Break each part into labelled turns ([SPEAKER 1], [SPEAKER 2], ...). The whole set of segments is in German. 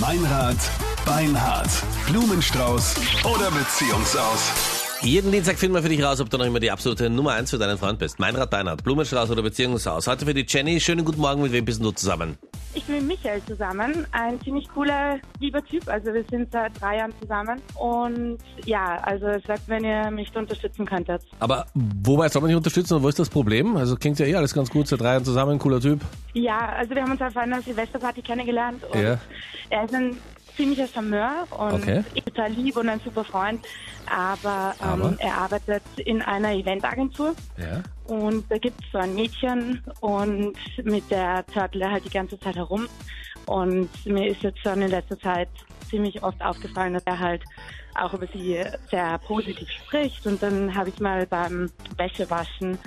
[SPEAKER 1] Meinrad, Beinhard, Blumenstrauß oder Beziehungsaus.
[SPEAKER 2] Jeden Dienstag finden wir für dich raus, ob du noch immer die absolute Nummer eins für deinen Freund bist. Meinrad Beinhardt, Blumenstrauß oder Beziehungshaus. Heute für die Jenny. Schönen guten Morgen. Mit wem bist denn du zusammen?
[SPEAKER 3] Ich bin mit Michael zusammen, ein ziemlich cooler, lieber Typ. Also wir sind seit drei Jahren zusammen. Und ja, also es wäre, wenn ihr mich unterstützen könntet.
[SPEAKER 2] Aber wobei soll man dich unterstützen und wo ist das Problem? Also klingt ja eh alles ganz gut. Seit drei Jahren zusammen, cooler Typ.
[SPEAKER 3] Ja, also wir haben uns auf einer Silvesterparty kennengelernt. Und
[SPEAKER 2] Ja.
[SPEAKER 3] Er ist ein ziemlicher Charmeur und
[SPEAKER 2] Okay.
[SPEAKER 3] ich total lieb und ein super Freund. Aber,
[SPEAKER 2] Aber?
[SPEAKER 3] Ähm, er arbeitet in einer Eventagentur.
[SPEAKER 2] Ja.
[SPEAKER 3] Und da gibt es so ein Mädchen und mit der turtle er halt die ganze Zeit herum. Und mir ist jetzt schon in letzter Zeit ziemlich oft aufgefallen, dass er halt auch über sie sehr positiv spricht. Und dann habe ich mal beim Wäschewaschen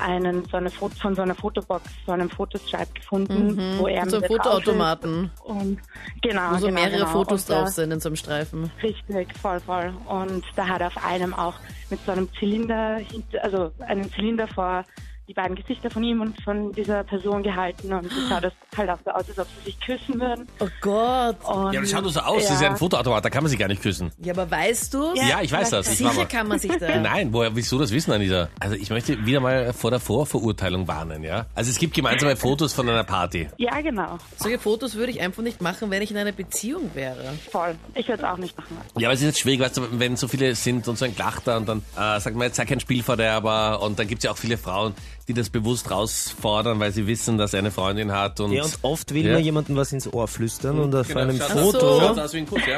[SPEAKER 3] einen, so eine Foto, von so einer Fotobox, so einem Fotostripe gefunden, wo er
[SPEAKER 4] Mhm. So
[SPEAKER 3] mit
[SPEAKER 4] Fotoautomaten,
[SPEAKER 3] drauf ist. Und genau,
[SPEAKER 4] wo so
[SPEAKER 3] genau,
[SPEAKER 4] mehrere
[SPEAKER 3] genau.
[SPEAKER 4] Fotos
[SPEAKER 3] Und da-
[SPEAKER 4] drauf sind in so einem Streifen.
[SPEAKER 3] Richtig, voll, voll. Und da hat er auf einem auch mit so einem Zylinder, hint- also einen Zylinder vor die beiden Gesichter von ihm und von dieser Person gehalten. Und es sah das halt auch so aus, als ob sie sich küssen würden.
[SPEAKER 4] Oh Gott.
[SPEAKER 3] Und
[SPEAKER 2] Ja, aber das schaut nur so aus. Das ist ja ein Fotoautomat. Da kann man sich gar nicht küssen.
[SPEAKER 4] Ja, aber weißt du?
[SPEAKER 2] Ja, ich weiß das. Ich war
[SPEAKER 4] Sicher
[SPEAKER 2] mal.
[SPEAKER 4] kann man sich da.
[SPEAKER 2] Nein, woher willst du das wissen, Anita? Also ich möchte wieder mal vor der Vorverurteilung warnen, ja? Also es gibt gemeinsame Fotos von einer Party.
[SPEAKER 3] Ja, genau.
[SPEAKER 4] Solche Fotos würde ich einfach nicht machen, wenn ich in einer Beziehung wäre.
[SPEAKER 3] Voll. Ich würde es auch nicht machen.
[SPEAKER 2] Ja, aber es ist jetzt schwierig, weißt du, wenn so viele sind und so ein Klachter und dann äh, sagt man, jetzt sei kein Spielverderber und dann gibt's ja auch viele Frauen, die das bewusst rausfordern, weil sie wissen, dass er eine Freundin hat und...
[SPEAKER 5] Ja, und oft will
[SPEAKER 2] Ja.
[SPEAKER 5] man jemandem was ins Ohr flüstern und auf einem
[SPEAKER 4] so.
[SPEAKER 5] Foto
[SPEAKER 4] Genau,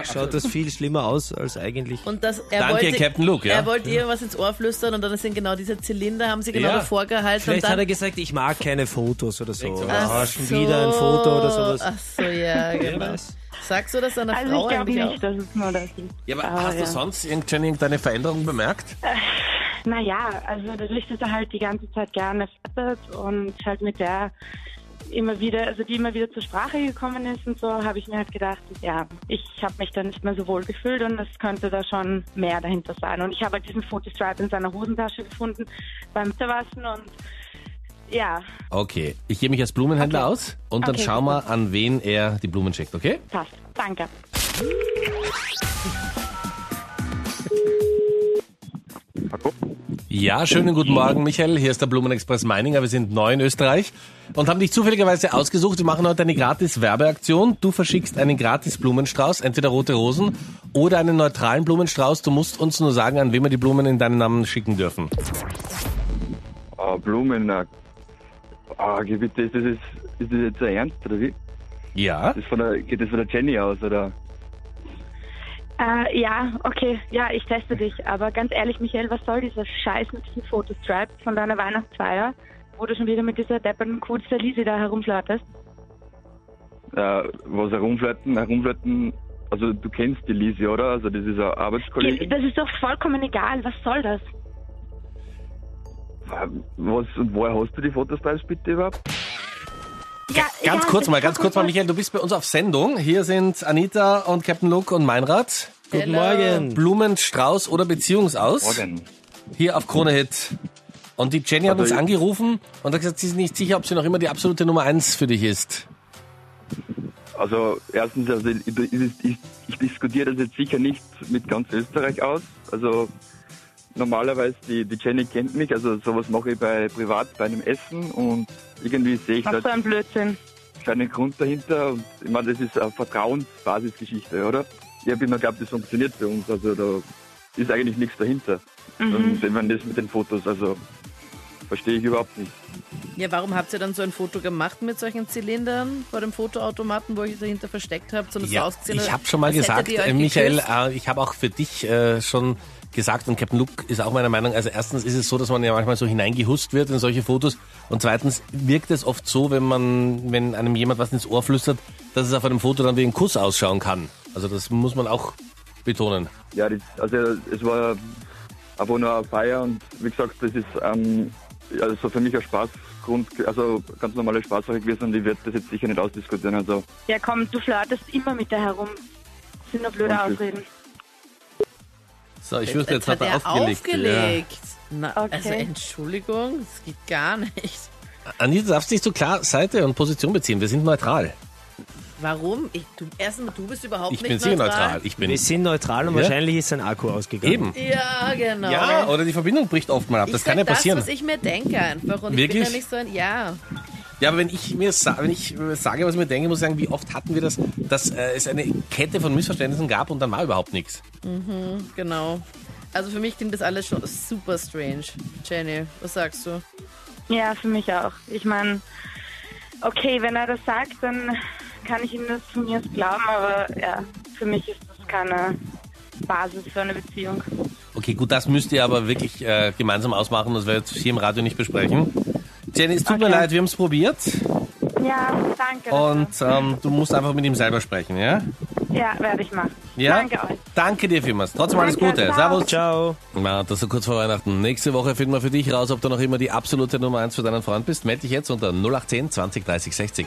[SPEAKER 4] Schaut
[SPEAKER 5] schaut das viel schlimmer aus als eigentlich.
[SPEAKER 4] Und das, er
[SPEAKER 2] Danke,
[SPEAKER 4] wollte,
[SPEAKER 2] Captain Luke, ja.
[SPEAKER 4] Er wollte ihr was ins Ohr flüstern und dann sind genau diese Zylinder, haben sie genau
[SPEAKER 2] Ja.
[SPEAKER 4] davor gehalten.
[SPEAKER 5] Vielleicht
[SPEAKER 4] und
[SPEAKER 5] hat
[SPEAKER 4] dann,
[SPEAKER 5] er gesagt, ich mag keine Fotos oder so. Oder
[SPEAKER 4] Ach
[SPEAKER 2] Oh,
[SPEAKER 5] ah, schon
[SPEAKER 4] so.
[SPEAKER 5] wieder ein Foto oder sowas.
[SPEAKER 4] Ach so, ja,
[SPEAKER 5] Wer
[SPEAKER 4] genau.
[SPEAKER 5] weiß.
[SPEAKER 4] Sagst du das einer
[SPEAKER 3] Also
[SPEAKER 4] Frau
[SPEAKER 3] ich glaube
[SPEAKER 4] eigentlich
[SPEAKER 3] nicht, dass es nur das ist.
[SPEAKER 2] Ja, aber hast du sonst irgend- Jenny, irgendeine Veränderung bemerkt?
[SPEAKER 3] Naja, also dadurch, dass er halt die ganze Zeit gerne flattert und halt mit der immer wieder, also die immer wieder zur Sprache gekommen ist und so, habe ich mir halt gedacht, ja, ich habe mich da nicht mehr so wohl gefühlt und es könnte da schon mehr dahinter sein. Und ich habe halt diesen Fotostripe in seiner Hosentasche gefunden beim Zerwaschen und ja,
[SPEAKER 2] Okay, ich gebe mich als Blumenhändler aus und dann
[SPEAKER 3] Okay,
[SPEAKER 2] schauen wir, an wen er die Blumen schickt, okay?
[SPEAKER 3] passt. Danke.
[SPEAKER 2] Ja, schönen guten Morgen, Michael. Hier ist der Blumenexpress Meininger. Wir sind neu in Österreich und haben dich zufälligerweise ausgesucht. Wir machen heute eine gratis Werbeaktion. Du verschickst einen gratis Blumenstrauß, entweder rote Rosen oder einen neutralen Blumenstrauß. Du musst uns nur sagen, an wen wir die Blumen in deinen Namen schicken dürfen.
[SPEAKER 6] Ah, Blumen, na. Ah, gib ich das, das ist, ist das jetzt ernst, oder wie?
[SPEAKER 2] Ja?
[SPEAKER 6] Das von der, geht das von der Jenny aus, oder?
[SPEAKER 3] Äh, ja, okay, ja, ich teste dich, aber ganz ehrlich, Michael, was soll dieser Scheiß mit diesem Fotostripe von deiner Weihnachtsfeier, wo du schon wieder mit dieser depperten Kuh der Lisi da herumflirtest?
[SPEAKER 6] Äh, was herumflirten, herumflirten, also du kennst die Lisi, oder? Also das ist eine Arbeitskollegin.
[SPEAKER 3] Das ist doch vollkommen egal, was soll das?
[SPEAKER 6] Ah, Was, und woher hast du die Fotostyles bitte überhaupt?
[SPEAKER 3] Ja,
[SPEAKER 2] Ganz
[SPEAKER 3] ja,
[SPEAKER 2] kurz
[SPEAKER 3] das
[SPEAKER 2] mal,
[SPEAKER 3] ist
[SPEAKER 2] ganz
[SPEAKER 3] doch
[SPEAKER 2] kurz mal,
[SPEAKER 3] unser-
[SPEAKER 2] Michael, du bist bei uns auf Sendung. Hier sind Anita und Captain Luke und Meinrad.
[SPEAKER 5] Guten
[SPEAKER 4] Hello.
[SPEAKER 5] Morgen.
[SPEAKER 2] Blumenstrauß oder Beziehungsaus
[SPEAKER 6] Morgen.
[SPEAKER 2] hier auf Krone Hit. Und die Jenny hat
[SPEAKER 6] Also
[SPEAKER 2] uns
[SPEAKER 6] ich-
[SPEAKER 2] angerufen und hat gesagt, sie ist nicht sicher, ob sie noch immer die absolute Nummer eins für dich ist.
[SPEAKER 6] Also erstens, also ich, ich, ich, ich diskutiere das jetzt sicher nicht mit ganz Österreich aus. Also normalerweise, die, die Jenny kennt mich, also sowas mache ich bei privat bei einem Essen und irgendwie sehe ich
[SPEAKER 3] Was
[SPEAKER 6] da
[SPEAKER 3] für ein Blödsinn.
[SPEAKER 6] keinen Grund dahinter. Und ich meine, das ist eine Vertrauensbasisgeschichte, oder? Ich habe immer geglaubt, das funktioniert für uns. Also da ist eigentlich nichts dahinter. Und wenn man das mit den Fotos, also verstehe ich überhaupt nicht.
[SPEAKER 4] Ja, warum habt ihr dann so ein Foto gemacht mit solchen Zylindern vor dem Fotoautomaten, wo ihr euch dahinter versteckt habt? So
[SPEAKER 2] Ja,
[SPEAKER 4] ausgesehen,
[SPEAKER 2] ich
[SPEAKER 4] als-
[SPEAKER 2] habe schon mal
[SPEAKER 4] als hättet
[SPEAKER 2] gesagt,
[SPEAKER 4] ihr euch
[SPEAKER 2] äh, Michael,
[SPEAKER 4] geküsst.
[SPEAKER 2] äh, ich habe auch für dich äh, schon gesagt und Captain Luke ist auch meiner Meinung, also erstens ist es so, dass man ja manchmal so hineingehusst wird in solche Fotos und zweitens wirkt es oft so, wenn man, wenn einem jemand was ins Ohr flüstert, dass es auf einem Foto dann wie ein Kuss ausschauen kann. Also das muss man auch betonen.
[SPEAKER 6] Ja, das, also es war aber nur eine Feier und wie gesagt, das ist ähm, also für mich ein Spaßgrund, also ganz normale Spaßsache gewesen und ich werde das jetzt sicher nicht ausdiskutieren. Also
[SPEAKER 3] Ja komm, du flirtest immer mit der herum. Das sind nur blöde
[SPEAKER 6] Und-
[SPEAKER 3] Ausreden.
[SPEAKER 2] So, ich wüsste, jetzt hat er
[SPEAKER 4] er
[SPEAKER 2] aufgelegt.
[SPEAKER 4] aufgelegt. Na,
[SPEAKER 3] Okay.
[SPEAKER 4] also Entschuldigung, das geht gar nicht.
[SPEAKER 2] Ja. Anita, du darfst nicht so klar Seite und Position beziehen, wir sind neutral.
[SPEAKER 4] Warum? Ich, du, erstens, du bist überhaupt
[SPEAKER 2] Ich
[SPEAKER 4] nicht
[SPEAKER 2] bin sicher neutral. Ich bin
[SPEAKER 5] Wir sind neutral und
[SPEAKER 2] Ja.
[SPEAKER 5] wahrscheinlich ist sein Akku ausgegangen.
[SPEAKER 2] eben.
[SPEAKER 4] Ja, genau.
[SPEAKER 2] Ja, oder die Verbindung bricht oft mal ab.
[SPEAKER 4] ich
[SPEAKER 2] Das
[SPEAKER 4] sag
[SPEAKER 2] kann ja passieren.
[SPEAKER 4] Das, was ich mir denke einfach. Und ich bin
[SPEAKER 2] Wirklich?
[SPEAKER 4] ja nicht so ein. Ja.
[SPEAKER 2] Ja, aber wenn ich mir sa wenn ich äh, sage, was ich mir denke, muss ich sagen, wie oft hatten wir das, dass äh, es eine Kette von Missverständnissen gab und dann war überhaupt nichts.
[SPEAKER 4] Genau. Also für mich klingt das alles schon super strange. Jenny, was sagst du?
[SPEAKER 7] Ja, für mich auch. Ich meine, okay, wenn er das sagt, dann kann ich ihm das von mir aus glauben, aber ja, für mich ist das keine Basis für eine Beziehung.
[SPEAKER 2] Okay, gut, das müsst ihr aber wirklich äh, gemeinsam ausmachen, das wir jetzt hier im Radio nicht besprechen. Jenny, es tut mir
[SPEAKER 7] Okay.
[SPEAKER 2] leid, wir haben es probiert
[SPEAKER 7] Ja, danke.
[SPEAKER 2] und ähm, du musst einfach mit ihm selber sprechen, ja?
[SPEAKER 7] ja, werde ich machen.
[SPEAKER 2] ja?
[SPEAKER 7] Danke euch.
[SPEAKER 2] Danke dir vielmals. Trotzdem alles
[SPEAKER 7] Danke,
[SPEAKER 2] Gute.
[SPEAKER 7] ciao.
[SPEAKER 2] Servus.
[SPEAKER 5] Ciao.
[SPEAKER 2] Na, das so kurz vor Weihnachten. Nächste Woche finden wir für dich raus, ob du noch immer die absolute Nummer 1 für deinen Freund bist. Meld dich jetzt unter 0810 20 30 60.